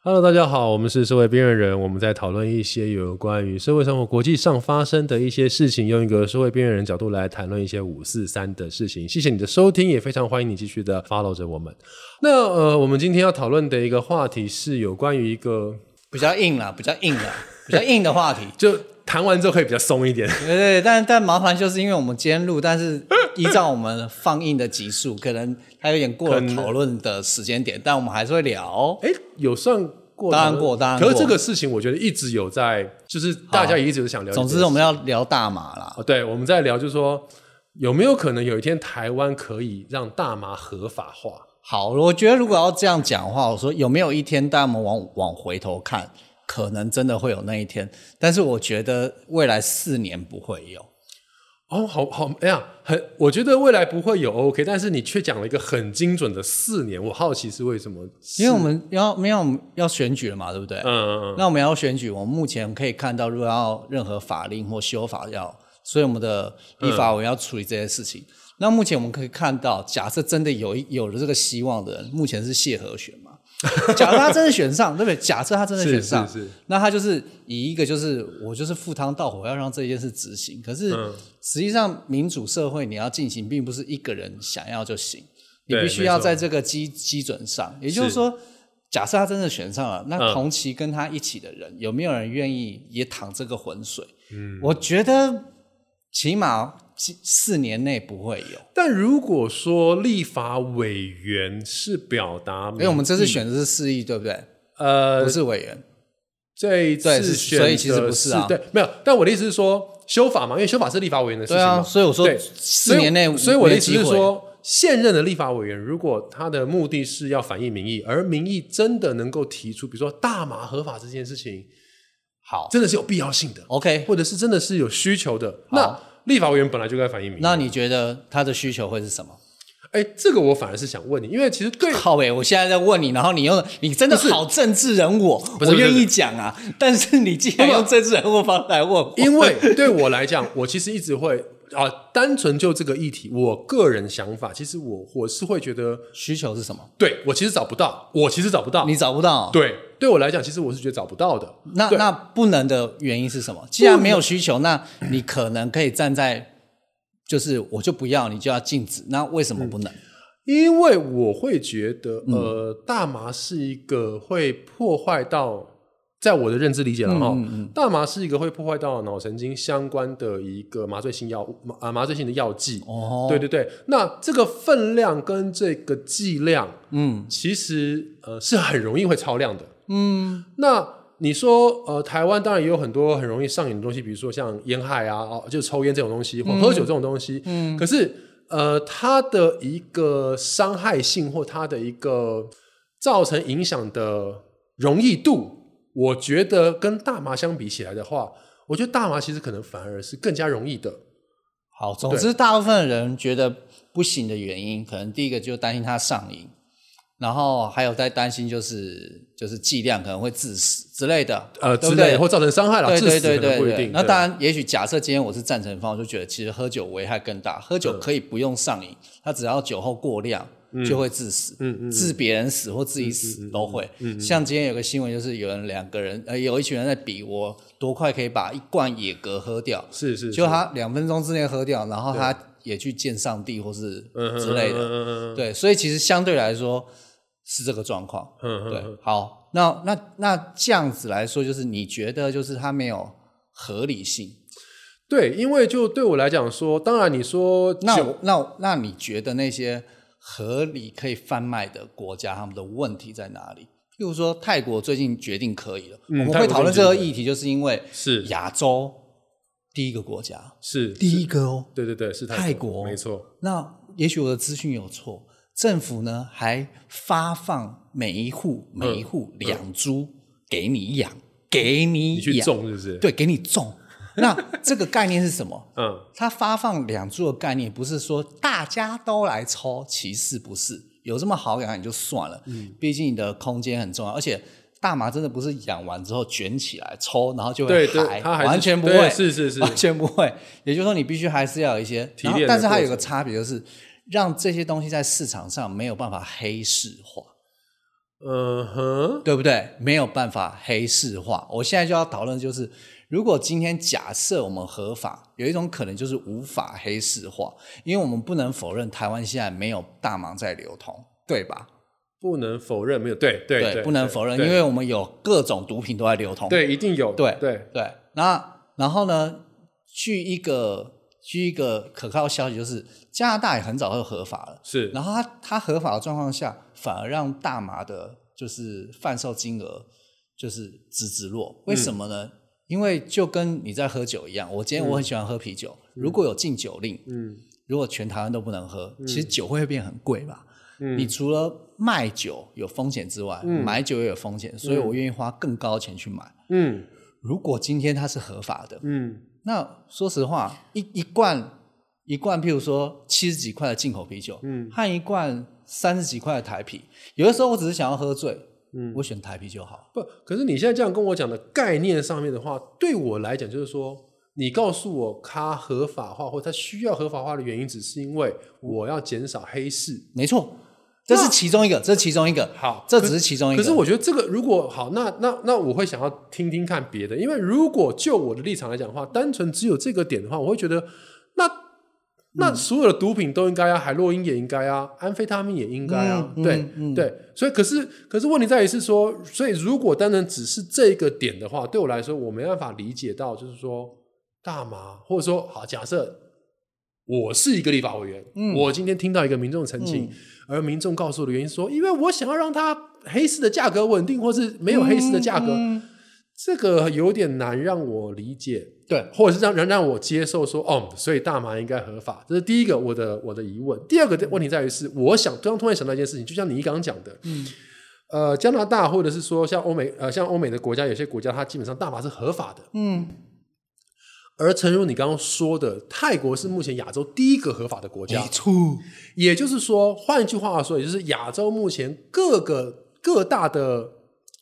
Hello，大家好，我们是社会边缘人，我们在讨论一些有关于社会生活、国际上发生的一些事情，用一个社会边缘人角度来谈论一些五四三的事情。谢谢你的收听，也非常欢迎你继续的 follow 着我们。那呃，我们今天要讨论的一个话题是有关于一个，比较硬啦，比较硬啦， 比较硬的话题。就谈完之后可以比较松一点。对对对，但但麻烦就是因为我们今天录，但是依照我们放映的集数，可能它有点过可能了讨论的时间点，但我们还是会聊。哎，有算过吗当然过当然可过是这个事情，我觉得一直有在，就是大家也一直有想聊这总件事。之，我们要聊大麻啦。哦，对，我们在聊，就是说有没有可能有一天台湾可以让大麻合法化？好，我觉得如果要这样讲话，我说有没有一天，大家我们往往回头看，可能真的会有那一天，但是我觉得未来四年不会有。哦，好好，哎呀，很，我觉得未来不会有 OK，但是你却讲了一个很精准的四年，我好奇是为什么？因为我们要没有要选举了嘛，对不对？嗯嗯嗯，那我们要选举，我们目前可以看到，如果要任何法令或修法要，所以我们的立法委员要处理这些事情。那目前我们可以看到，假设真的有一有了这个希望的人，目前是谢和选嘛？假设他真的 选上，对不对？假设他真的选上，是是是那他就是以一个就是我就是赴汤蹈火，要让这件事执行。可是嗯实际上，民主社会你要进行，并不是一个人想要就行，你对必须要没错在这个基基准上，也就是是说。假设他真的选上了，嗯那同期跟他一起的人、有没有人愿意也淌这个浑水？嗯，我觉得起码几四年内不会有，但如果说立法委员是表达民意，因为我们这次选的是四亿，对不对？嗯呃不是委员，这一次对是选所以其实的不是是啊对，没有。但我的意思是说修法嘛，因为修法是立法委员的事对情嘛。啊，所以我说对四年内所以，所以我的没意思是机会，说，现任的立法委员如果他的目的是要反映民意，而民意真的能够提出，比如说大麻合法这件事情，好真的是有必要性的， ，OK，或者是真的是有需求的，那立法委员本来就该反映民意。那你觉得他的需求会是什么？哎，这个我反而是想问你，因为其实对靠北，我现在在问你，然后你用你真的不是好政治人物，哦是我不是愿意讲啊，但是你竟然不不用政治人物方来问我，因为对我来讲，我其实一直会啊、单纯就这个议题，我个人想法，其实我我是会觉得， 需求是什么？对我其实找不到，我其实找不到。你找不到，哦对，对我来讲，其实我是觉得找不到的。那对那不能的原因是什么？既然没有需求，那你可能可以站在，就是我就不要，你就要禁止。那为什么不能？因为我会觉得，嗯呃，大麻是一个会破坏到，在我的认知理解了哈，嗯大麻是一个会破坏到脑神经相关的一个麻醉性药物，麻啊麻醉性的药剂。哦，对对对，那这个分量跟这个剂量，嗯其实呃是很容易会超量的。嗯，那你说，呃，台湾当然也有很多很容易上瘾的东西，比如说像烟害啊，哦，就是抽烟这种东西，或喝酒这种东西。嗯，可是呃，它的一个伤害性或它的一个造成影响的容易度，我觉得跟大麻相比起来的话，我觉得大麻其实可能反而是更加容易的。好。总之，大部分人觉得不行的原因，可能第一个就担心他上瘾，然后还有在担心就是就是剂量可能会致死之类的，呃，对之不类对的？或造成伤害了，对致对死对可能对不一对定。那对当然，也许假设今天我是赞成方，我就觉得其实喝酒危害更大，喝嗯酒可以不用上瘾，他只要酒后过量就会致死，嗯致别人死或自己死都会。像今天有个新闻，就是有人两个人，呃，有一群人在比我多快可以把一罐野格喝掉，是是，就是他两分钟之内喝掉，然后他也去见上帝或是嗯之类的。嗯嗯嗯对，所以其实相对来说是这个状况。嗯嗯嗯对，好，那那那这样子来说，就是你觉得就是它没有合理性？对，因为就对我来讲说，当然你说那酒我那我那你觉得那些合理可以贩卖的国家，他们的问题在哪里？譬如说泰国最近决定可以了，嗯我们泰国会讨论最这近个决定议题，就是因为是亚洲第一个国家，是第一个哦。对对对，是泰国，国没错。那也许我的资讯有错，政府呢还发放每一户嗯每一户两株给你养，给你你去养，种是不是？，对，给你种。那这个概念是什么？嗯，它发放两注的概念不是说大家都来抽，其实不是有这么好养也就算了，嗯毕竟你的空间很重要，而且大麻真的不是养完之后卷起来抽，然后就对会对，嗨它还是完全不对会，是是是，完全不会。也就是说，你必须还是要有一些，提然后炼的但是它过有个差别就是，让这些东西在市场上没有办法黑市化。嗯哼，对不对？没有办法黑市化。我现在就要讨论，就是如果今天假设我们合法，有一种可能就是无法黑市化，因为我们不能否认台湾现在没有大麻在流通，对吧？不能否认没有对对对，不能否认，对因为我们有各种毒品都在流通。对一定有对对对，那然后呢？据一个据一个可靠消息，就是加拿大也很早就合法了，是然后它它合法的状况下，反而让大麻的就是贩售金额就是直直落，为什么呢？因为就跟你在喝酒一样，我今天我很喜欢喝啤酒，如果有禁酒令，嗯如果全台湾都不能喝，其实酒会变很贵吧？你除了卖酒有风险之外，买酒也有风险，所以我愿意花更高的钱去买。嗯如果今天它是合法的，嗯那说实话，一一罐一罐，譬如说七十几块的进口啤酒，嗯，和一罐三十几块的台啤，有的时候我只是想要喝醉，嗯，我选台啤就好。不，可是你现在这样跟我讲的概念上面的话，对我来讲就是说，你告诉我它合法化或它需要合法化的原因，只是因为我要减少黑市。没错，这是其中一个，这是其中一个，好这只是其中一个。可是我觉得这个如果好，那那那我会想要听听看别的，因为如果就我的立场来讲的话，单纯只有这个点的话，我会觉得那嗯那所有的毒品都应该啊，海洛因也应该啊，安非他命也应该啊，嗯对、嗯嗯对，所以可是可是问题在于是说，所以如果单纯只是这个点的话，对我来说我没办法理解到，就是说大麻或者说好假设我是一个立法委员，嗯我今天听到一个民众澄清，而民众告诉我的原因是说，因为我想要让它黑市的价格稳定，或是没有黑市的价格，嗯这个有点难让我理解，对，或者是让让让我接受说，哦，所以大麻应该合法，这是第一个我的我的疑问。第二个问题在于是，我想刚突然想到一件事情，就像你刚刚讲的，嗯。呃，加拿大或者是说像欧美，呃，像欧美的国家，有些国家它基本上大麻是合法的，嗯，而诚如你刚刚说的，泰国是目前亚洲第一个合法的国家没。错，也就是说，换句话说，也就是亚洲目前各个各大的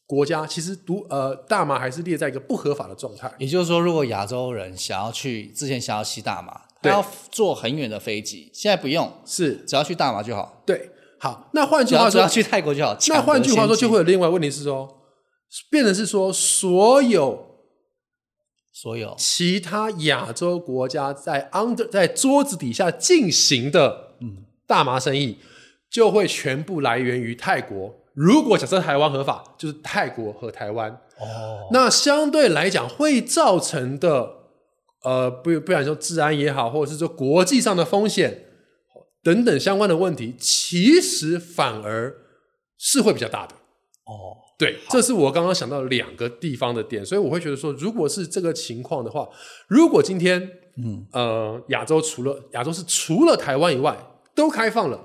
国家，其实毒呃大麻还是列在一个不合法的状态。也就是说，如果亚洲人想要去之前想要吸大麻，他对要坐很远的飞机，现在不用，是只要去大麻就好，对，好，那换只句要话只要说，去泰国就好。那换句话说，就会会有另外一个问题是说，变成是说所有所有其他亚洲国家在 under 在桌子底下进行的大麻生意，就会全部来源于泰国。如果假设台湾合法，就是泰国和台湾。哦，那相对来讲会造成的，呃，不不然说治安也好，或者是说国际上的风险等等相关的问题，其实反而是会比较大的。哦，对，这是我刚刚想到两个地方的点，所以我会觉得说，如果是这个情况的话，如果今天，嗯，呃，亚洲除了亚洲是除了台湾以外都开放了，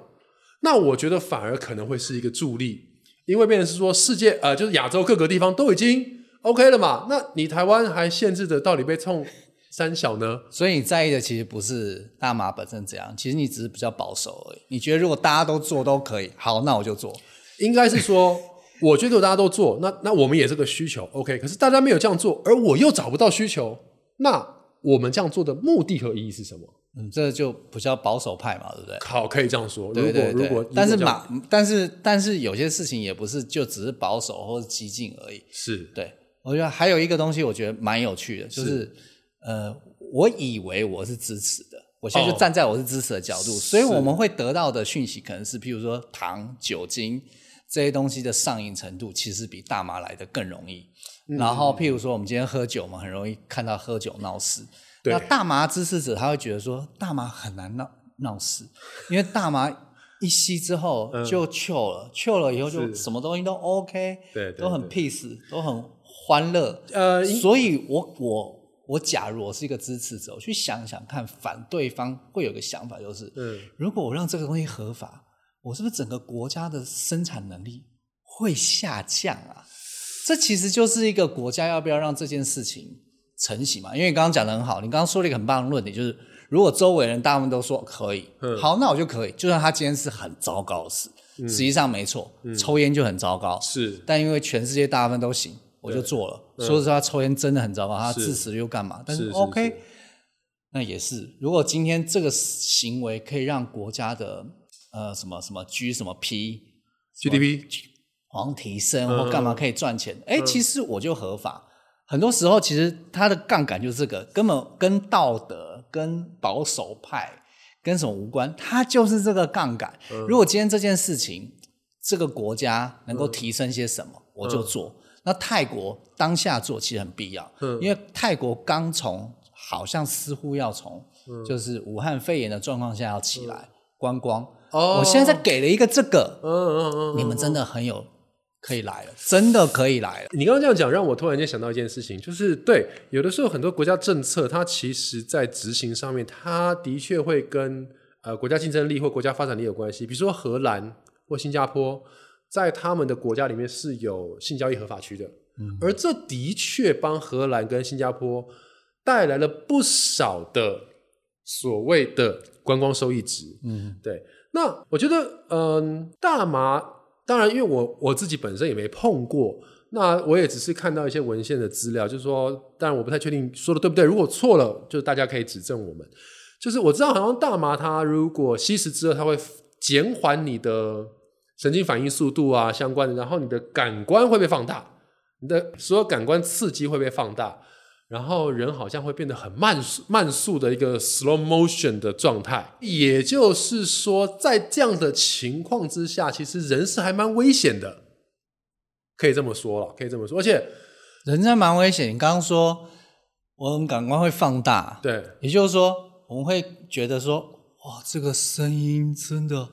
那我觉得反而可能会是一个助力，因为变成是说世界呃，就是亚洲各个地方都已经 OK 了嘛，那你台湾还限制着到底被冲三小呢？所以你在意的其实不是大麻本身怎样，其实你只是比较保守而已。你觉得如果大家都做都可以，好，那我就做。应该是说， 我觉得大家都做，那那我们也是个需求，OK。可是大家没有这样做，而我又找不到需求，那我们这样做的目的和意义是什么？嗯，这就比较保守派嘛，对不对？好，可以这样说。对对如果对如果但是如果这样马，但是但是有些事情也不是就只是保守或者激进而已。是对，我觉得还有一个东西，我觉得蛮有趣的，就是呃，我以为我是支持的，我现在就哦站在我是支持的角度，所以我们会得到的讯息可能是，譬如说糖、酒精这些东西的上瘾程度，其实比大麻来的更容易。然后，譬如说我们今天喝酒嘛，很容易看到喝酒闹事。对那大麻支持者他会觉得说，大麻很难闹闹事，因为大麻一吸之后就 chill 了、c h i l l 了以后嗯就是什么东西都 OK，对对都很对 peace，都很欢乐。呃，所以我我我假如我是一个支持者，我去想想看，反对方会有个想法，就是、嗯如果我让这个东西合法，我是不是整个国家的生产能力会下降啊？这其实就是一个国家要不要让这件事情成型嘛？因为你刚刚讲的很好，你刚刚说了一个很棒的论点，就是如果周围人大部分都说可以，嗯好，那我就可以，就算他今天是很糟糕的事，实际上没错，嗯抽烟就很糟糕，是嗯但因为全世界大部分都行，我就做了。说实话，抽烟真的很糟糕，他是致死率又干嘛？但是是 OK，是那也是。如果今天这个行为可以让国家的呃什么什么 G 什么 P GDP 往上提升或干嘛可以赚钱，哎、其实我就合法。很多时候，其实它的杠杆就是这个，根本跟道德、跟保守派、跟什么无关，它就是这个杠杆。如果今天这件事情，这个国家能够提升些什么，我就做。那泰国当下做其实很必要，因为泰国刚从好像似乎要从、就是武汉肺炎的状况下要起来、观光。哦我现在给了一个这个，嗯嗯嗯嗯，你们真的很有可以来了，真的可以来了。你刚刚这样讲，让我突然间想到一件事情，就是对，有的时候很多国家政策，它其实在执行上面，它的确会跟呃国家竞争力或国家发展力有关系。比如说荷兰或新加坡，在他们的国家里面是有性交易合法区的，而这的确帮荷兰跟新加坡带来了不少的所谓的观光收益值。嗯，对，那我觉得，嗯，大麻当然，因为我我自己本身也没碰过，那我也只是看到一些文献的资料，就是说，当然我不太确定说的对不对，如果错了，就大家可以指正我们。就是我知道，好像大麻它如果吸食之后，它会减缓你的神经反应速度啊，相关的，然后你的感官会被放大，你的所有感官刺激会被放大，然后人好像会变得很慢速慢速的一个 slow motion 的状态。也就是说，在这样的情况之下，其实人是还蛮危险的，可以这么说了，可以这么说。而且，人真蛮危险。你刚刚说我们感官会放大，对，也就是说我们会觉得说，哇，这个声音真的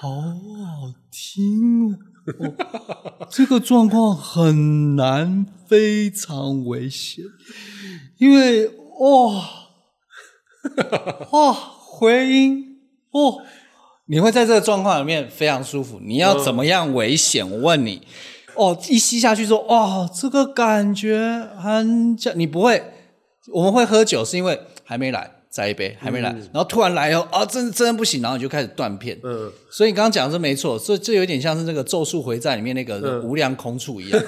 好好听哦。哦这个状况很难，非常危险，因为哇哇回音哦，你会在这个状况里面非常舒服。你要怎么样危险？我问你，哦，一吸下去说，哦，这个感觉很像，你不会，我们会喝酒是因为还没来，再一杯还没来，然后突然来哦，啊，真真的不行，然后你就开始断片。嗯，所以你刚刚讲的是没错，所以这有点像是那个《咒术回战》里面那嗯个无量空处一 样。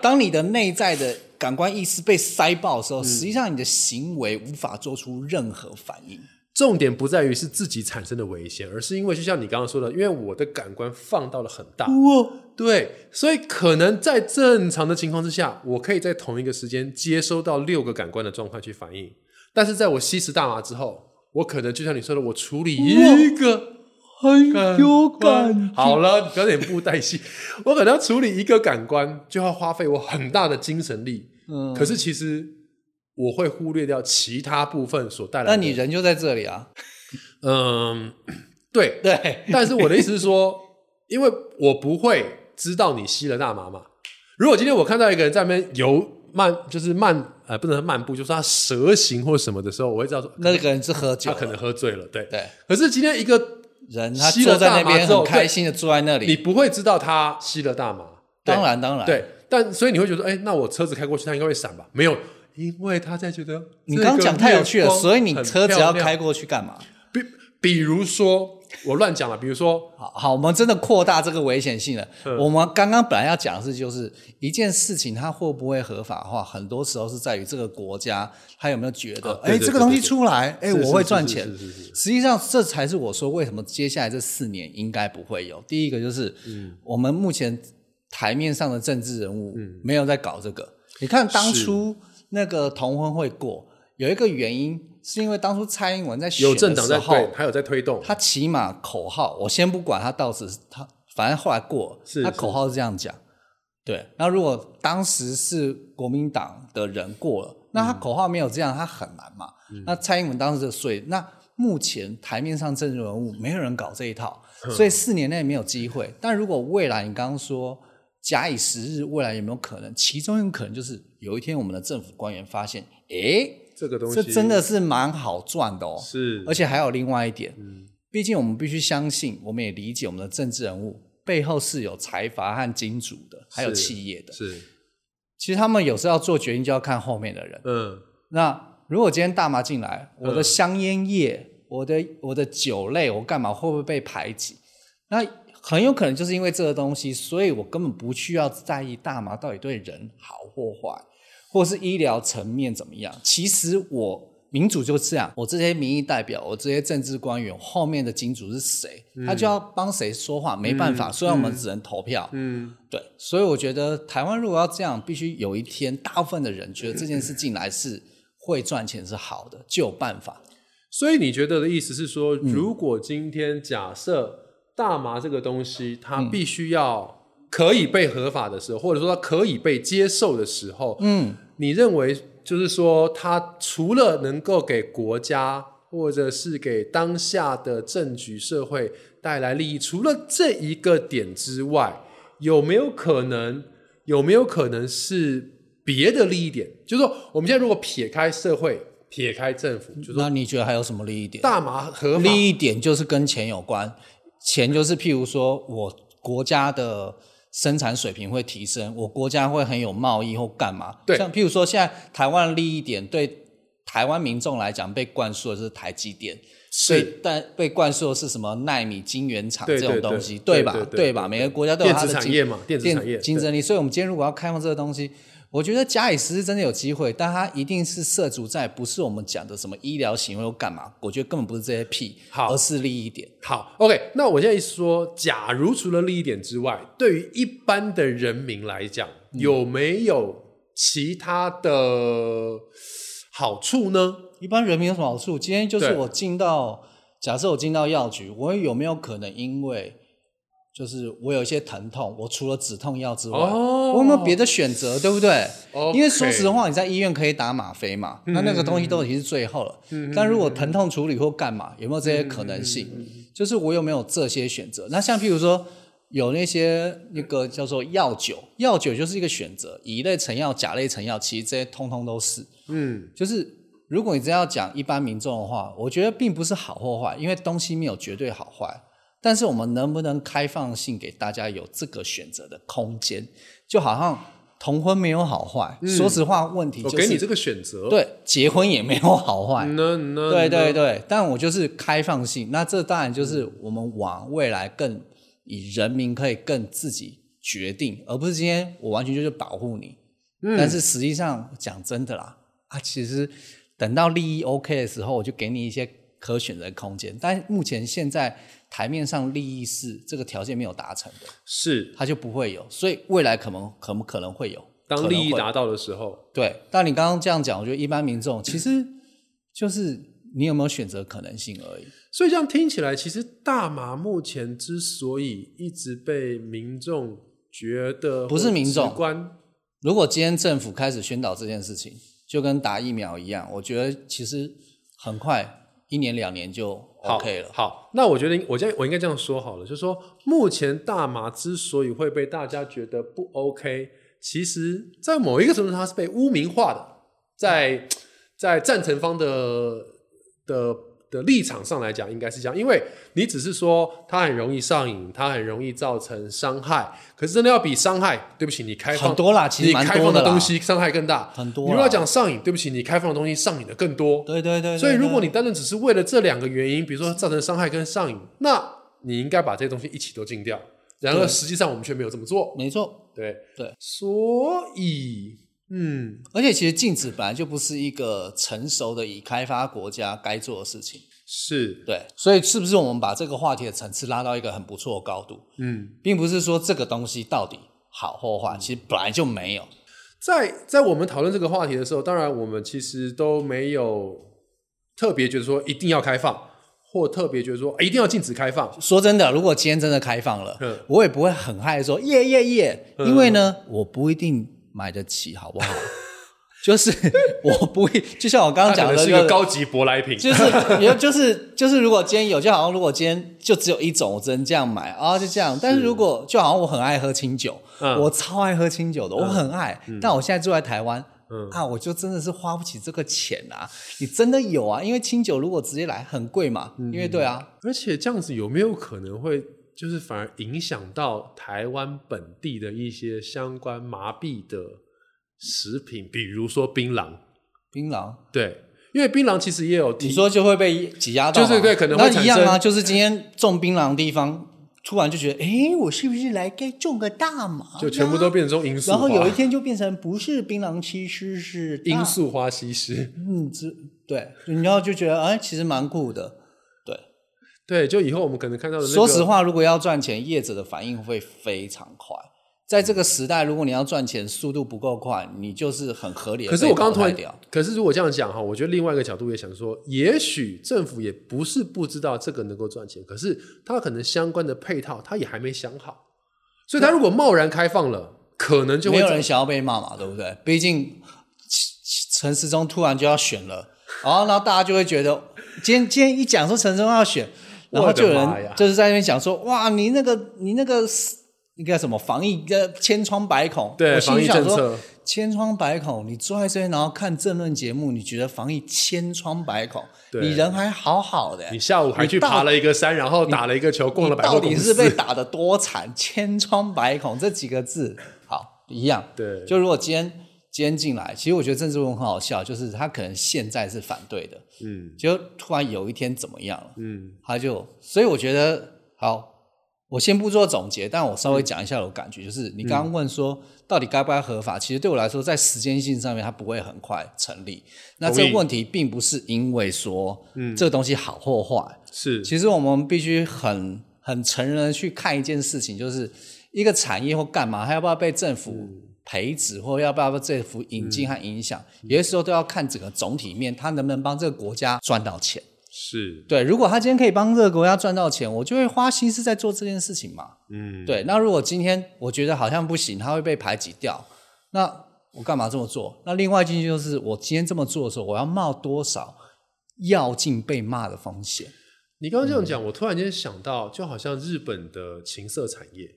当你的内在的感官意识被塞爆的时嗯候，实际上你的行为无法做出任何反应。重点不在于是自己产生的危险，而是因为就像你刚刚说的，因为我的感官放到了很大，哇，对，所以可能在正常的情况之下，我可以在同一个时间接收到六个感官的状态去反应，但是在我吸食大麻之后，我可能就像你说的，我处理一个哎很有官感，好了，不要连不带戏，我可能要处理一个感官，就要花费我很大的精神力。嗯，可是其实我会忽略掉其他部分所带来的。那你人就在这里啊，嗯， 对，对，但是我的意思是说，因为我不会知道你吸了大麻嘛。如果今天我看到一个人在那边游慢，就是慢呃，不能说漫步，就是他蛇行或什么的时候，我会知道说那个人是喝酒啊他，可能喝醉了，对。对，可是今天一个人他吸了坐在那大麻边之后很开心的坐在那你里，不会知道他吸了大麻，对当然当然，，对，但所以你会觉得，哎、那我车子开过去，他应该会闪吧？没有，因为他在觉得你刚刚这个讲太有趣了，月光所以你车很子要漂亮开。过去干嘛？比比如说，我乱讲了，比如说，好好，我们真的扩大这个危险性了。我们刚刚本来要讲的是，就是一件事情它会不会合法化，很多时候是在于这个国家它有没有觉得啊，哎、对对这个东西出来，哎、是是我会赚钱是是是是。实际上，这才是我说为什么接下来这四年应该不会有。第一个就是，嗯我们目前台面上的政治人物嗯没有在搞这个。你看当初那个同婚会过，有一个原因是因为当初蔡英文在选有的时候政党在对，还有在推动，他起码口号，我先不管他到底是他，反正后来过了，是他口号是这样讲。对，那如果当时是国民党的人过了，那他口号没有这样，他很难嘛。嗯那蔡英文当时的所以，那目前台面上政治人物没有人搞这一套，嗯所以四年内没有机会。但如果未来你刚刚说假以时日，未来有没有可能？其中一个可能就是有一天我们的政府官员发现，诶，这个东西这真的是蛮好赚的哦。是嗯而且还有另外一点，毕竟我们必须相信，我们也理解我们的政治人物背后是有财阀和金主的，还有企业的。是，其实他们有时候要做决定，就要看后面的人。嗯，那如果今天大麻进来，我的香烟业、我的我的酒类，我干嘛会不会被排挤？那很有可能就是因为这个东西，所以我根本不需要在意大麻到底对人好或坏，或是医疗层面怎么样。其实我民主就是这样，我这些民意代表，我这些政治官员后面的金主是谁，他就要帮谁说话，没办法，虽然我们只能投票，嗯，对，所以我觉得台湾如果要这样，必须有一天大部分的人觉得这件事进来是会赚钱是好的，就有办法。所以你觉得的意思是说，如果今天假设大麻这个东西，它必须要可以被合法的时候，或者说它可以被接受的时候，嗯，你认为就是说，它除了能够给国家或者是给当下的政局社会带来利益，除了这一个点之外，有没有可能？有没有可能是别的利益点？就是说，我们现在如果撇开社会，撇开政府，就是那你觉得还有什么利益点？大麻合法，利益点就是跟钱有关，钱就是譬如说我国家的生产水平会提升，我国家会很有贸易或干嘛。对像譬如说现在台湾的利益点对台湾民众来讲被灌输的是台积电，所以但被灌输的是什么纳米晶圆厂对这对种东西，对对吧对？对对吧？每个国家都有电它子的产经业嘛，电子产业，竞争力。所以，我们今天如果要开放这个东西，我觉得假以时日真的有机会，但它一定是涉足在不是我们讲的什么医疗行为或干嘛，我觉得根本不是这些屁，好而是利益点。好，OK，那我现在一说，假如除了利益点之外，对于一般的人民来讲，有没有其他的好处呢？一般人民有什么好处？今天就是对我进到，假设我进到药局，我有没有可能因为就是我有一些疼痛，我除了止痛药之外，哦我有没有别的选择，对不对 OK 因为说实话，你在医院可以打吗啡嘛，那那个东西都已经是最后了。但如果疼痛处理或干嘛，有没有这些可能性？就是我有没有这些选择？那像譬如说。有那些那个叫做药酒，药酒就是一个选择，乙类成药、甲类成药，其实这些通通都是。嗯，就是如果你真要讲一般民众的话，我觉得并不是好或坏，因为东西没有绝对好坏。但是我们能不能开放性给大家有这个选择的空间？就好像同婚没有好坏，说实话，问题嗯我就是给你这个嗯选择。对结婚也没有好坏。那那对对那对，但我就是开放性，那这当然就是我们往未来更以人民可以更自己决定，而不是今天我完全就是保护你。嗯但是实际上讲真的啦，啊，其实等到利益 OK 的时候，我就给你一些可选择的空间。但目前现在台面上利益是这个条件没有达成的，是它就不会有，所以未来可能可不可能会有？当可能利益会达到的时候，对，但你刚刚这样讲，我觉得一般民众其实就是你有没有选择可能性而已。所以这样听起来，其实大麻目前之所以一直被民众觉得不是民众或直观如果今天政府开始宣导这件事情，就跟打疫苗一样，我觉得其实很快一年两年就 OK 了。好。好，那我觉得我这样我应该这样说好了，就是说目前大麻之所以会被大家觉得不 OK，其实在某一个程度上它是被污名化的，在在赞成方的的。的立场上来讲，应该是这样，因为你只是说它很容易上瘾，它很容易造成伤害，可是真的要比伤害，对不起，你开放很多啦其实你蛮开多放的啦东西伤害更大，很多你如果要啦讲上瘾，对不起，你开放的东西上瘾的更多，对对对对所以，如果对你单纯只是为了这两个原因，比如说造成伤害跟上瘾，那你应该把这些东西一起都禁掉。然而，实际上我们却没有这么做。没错，对对，所以，嗯，而且其实禁止本来就不是一个成熟的已开发国家该做的事情。是，对，所以是不是我们把这个话题的层次拉到一个很不错的高度，嗯，并不是说这个东西到底好或坏，其实本来就没有。在在我们讨论这个话题的时候，当然我们其实都没有特别觉得说一定要开放，或特别觉得说哎一定要禁止开放。说真的，如果今天真的开放了嗯，我也不会很害说耶耶耶，因为呢，我不一定买得起，好不好？就是我不会，就像我刚刚讲它的、可能那是一个高级舶来品，就是也就是就是，如果今天有，就好像如果今天就只有一种，我只能这样买啊，就这样。但是如果就好像我很爱喝清酒，嗯我超爱喝清酒的，我很爱。但我现在住在台湾。嗯啊，我就真的是花不起这个钱啊！你真的有啊？因为清酒如果直接来很贵嘛，嗯因为对啊，而且这样子有没有可能会就是反而影响到台湾本地的一些相关麻痹的食品，比如说槟榔？槟榔对，因为槟榔其实也有你提，说就会被挤压到嘛，就是对可能会那产一样啊。生就是今天种槟榔的地方，突然就觉得，哎，我是不是来该种个大麻呀？就全部都变成这种罂粟然后有花，一天就变成不是槟榔西施是大罂粟花西施。嗯，这对，然后就觉得哎，其实蛮酷的。对，对，就以后我们可能看到的、那个，说实，话，如果要赚钱，业者的反应会非常快。在这个时代，如果你要赚钱速度不够快，你就是很合理的。可是我刚刚突然掉，可是如果这样讲哈，我觉得另外一个角度也想说，也许政府也不是不知道这个能够赚钱，可是它可能相关的配套它也还没想好，所以它如果贸然开放了，可能就没会有人想要被骂嘛，对不对？毕竟其其陈时中突然就要选了，哦然后然后大家就会觉得，今天今天一讲说陈时中要选，然后就有我的妈呀人就是在那边讲说，哇，你那个你那个那个什么防疫的千疮百孔，对我心防里疫想政说。策。千疮百孔，你坐在这边，然后看政论节目，你觉得防疫千疮百孔，对你人还好好的、你下午还去你到爬了一个山，然后打了一个球，逛了百货你到公底是被司。打得多惨？千疮百孔这几个字，好一样。对就如果今天今天进来，其实我觉得郑志文很好笑，就是他可能现在是反对的，嗯结果突然有一天怎么样了，嗯，他就所以我觉得好。我先不做总结，但我稍嗯微讲一下我感觉，就是你刚刚问说到底该不该合法，其实对我来说，在时间性上面它不会很快成立。那这同意嗯个问题并不是因为说这个东西好或坏，是其实我们必须很很承认的去看一件事情，就是一个产业或干嘛，它要不要被政府培植，或要不要被政府引进和影响，有些时候都要看整个总体面，它能不能帮这个国家赚到钱。是，对，如果他今天可以帮这个国家赚到钱，我就会花心思在做这件事情嘛。嗯，对，那如果今天我觉得好像不行，他会被排挤掉，那我干嘛这么做？那另外一件事就是，我今天这么做的时候，我要冒多少要进被骂的风险？你刚刚这嗯样讲，我突然间想到，就好像日本的情色产业，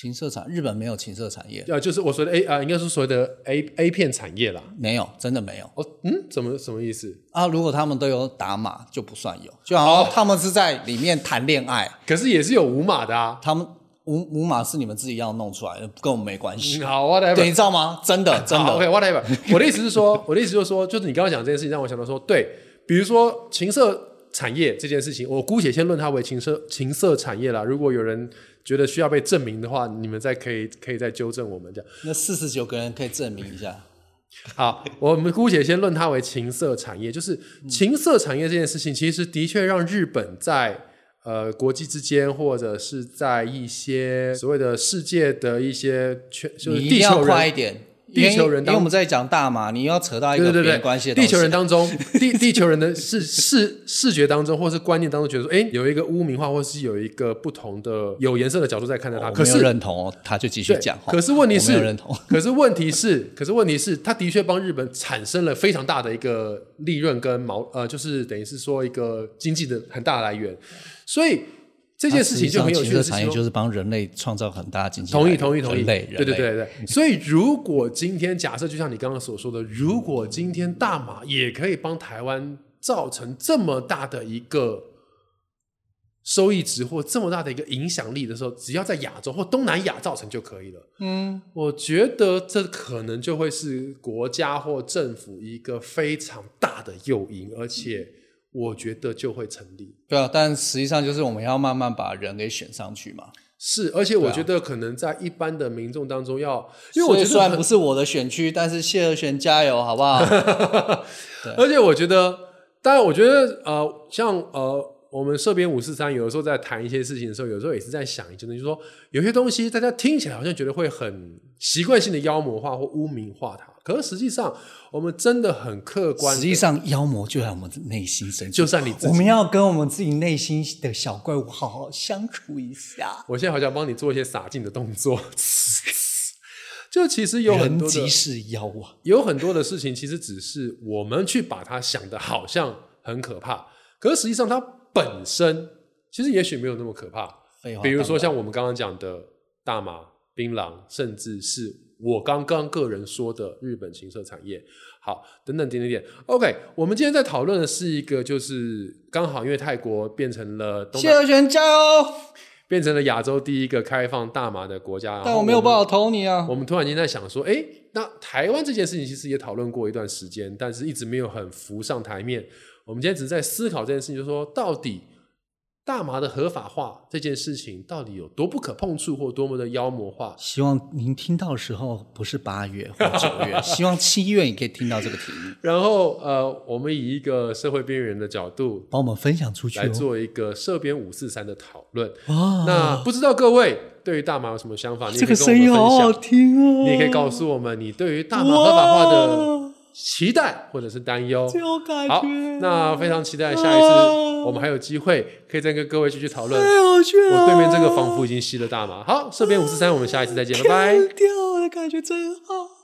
情色产，日本没有情色产业，呃，就是我说的 A 啊、应该是所谓的 A A 片产业啦。没有，真的没有哦，嗯，怎么什么意思？啊！如果他们都有打码，就不算有，就好哦像他们是在里面谈恋爱，可是也是有无码的啊。他们无无码是你们自己要弄出来的，跟我们没关系嗯。好，whatever，对，你知道吗？真的，真的， ，OK，whatever、我 的意思是说，我的意思就是说，就是你刚刚讲这件事情，让我想到说，对，比如说情色产业这件事情，我姑且先论它为情色情色产业啦。如果有人觉得需要被证明的话，你们再可以可以再纠正我们 这样。那四十九个人可以证明一下。好，我们姑且先论它为情色产业，就是嗯情色产业这件事情，其实的确让日本在呃国际之间，或者是在一些所谓的世界的一些圈，就是你一定地要球快一人。点，地球人因为因当为我们在讲大麻，你要扯到一对个对别对人关系对，的地球人东当 中，地地球人的视视视觉当中，或是观念当中，觉得说，哎，有一个污名化，或是有一个不同的有颜色的角度在看待西它。我可没有是认同哦，他就继续对讲。可是问题是我没有认同，可是问题是，可是问题是，它的确帮日本产生了非常大的一个利润跟毛，呃，就是等于是说一个经济的很大的来源。所以这件事情就很有趣那的啊实际上情色是产业说，就是帮人类创造很大的经济来同意源。同意同意，人类对对对人类对对。所以如果今天假设就像你刚刚所说的，如果今天大马也可以帮台湾造成这么大的一个。收益值或这么大的一个影响力的时候，只要在亚洲或东南亚造成就可以了。嗯，我觉得这可能就会是国家或政府一个非常大的诱因，而且我觉得就会成立。对啊，但实际上就是我们要慢慢把人给选上去嘛。是，而且啊我觉得可能在一般的民众当中要，因为所我以觉虽得然很不是我的选区，但是谢和弦加油，好不 好？而且我觉得，当然，我觉得呃，像呃，我们社编五四三有的时候在谈一些事情的时候，有时候也是在想一件事，就是说有些东西大家听起来好像觉得会很习惯性的妖魔化或污名化它，可是实际上我们真的很客观实地，际上，妖魔就在我们内心深处，就在你自己我们要跟我们自己内心的小怪物好好相处一下。我现在好想帮你做一些洒劲的动作。 就其实有很人多的即是妖啊！有很多的事情，其实只是我们去把它想的好像很可怕，可是实际上它本身其实也许没有那么可怕。废话，比如说啊当然像我们刚刚讲的大麻、槟榔，甚至是我刚刚个人说的日本情色产业，好，等等点点点。OK，我们今天在讨论的是一个，就是刚好因为泰国变成了东谢南，和弦加油！变成了亚洲第一个开放大麻的国家，然但后我没有们办法投你啊。我们突然间在想说，哎，那台湾这件事情其实也讨论过一段时间，但是一直没有很浮上台面。我们今天只是在思考这件事情，就是说到底大麻的合法化这件事情到底有多不可碰触，或多么的妖魔化？希望您听到的时候不是八月或九 月，希望七月你可以听到这个题目，然后呃，我们以一个社会边缘人的角度帮我们分享出去、来哦。做一个社编五四三的讨论。哇，那不知道各位对于大麻有什么想法？你也这可个以跟我声音好们分好享。听哦！你也可以告诉我们你对于大麻合法化的哇期待或者是担忧。这种感好 觉，，那非常期待下一次哇我们还有机会可以再跟各位继续讨论。太有趣哎了。我对面这个仿佛已经吸了大麻。好，社编五四三，我们下一次再见，拜拜。掉的感觉真好。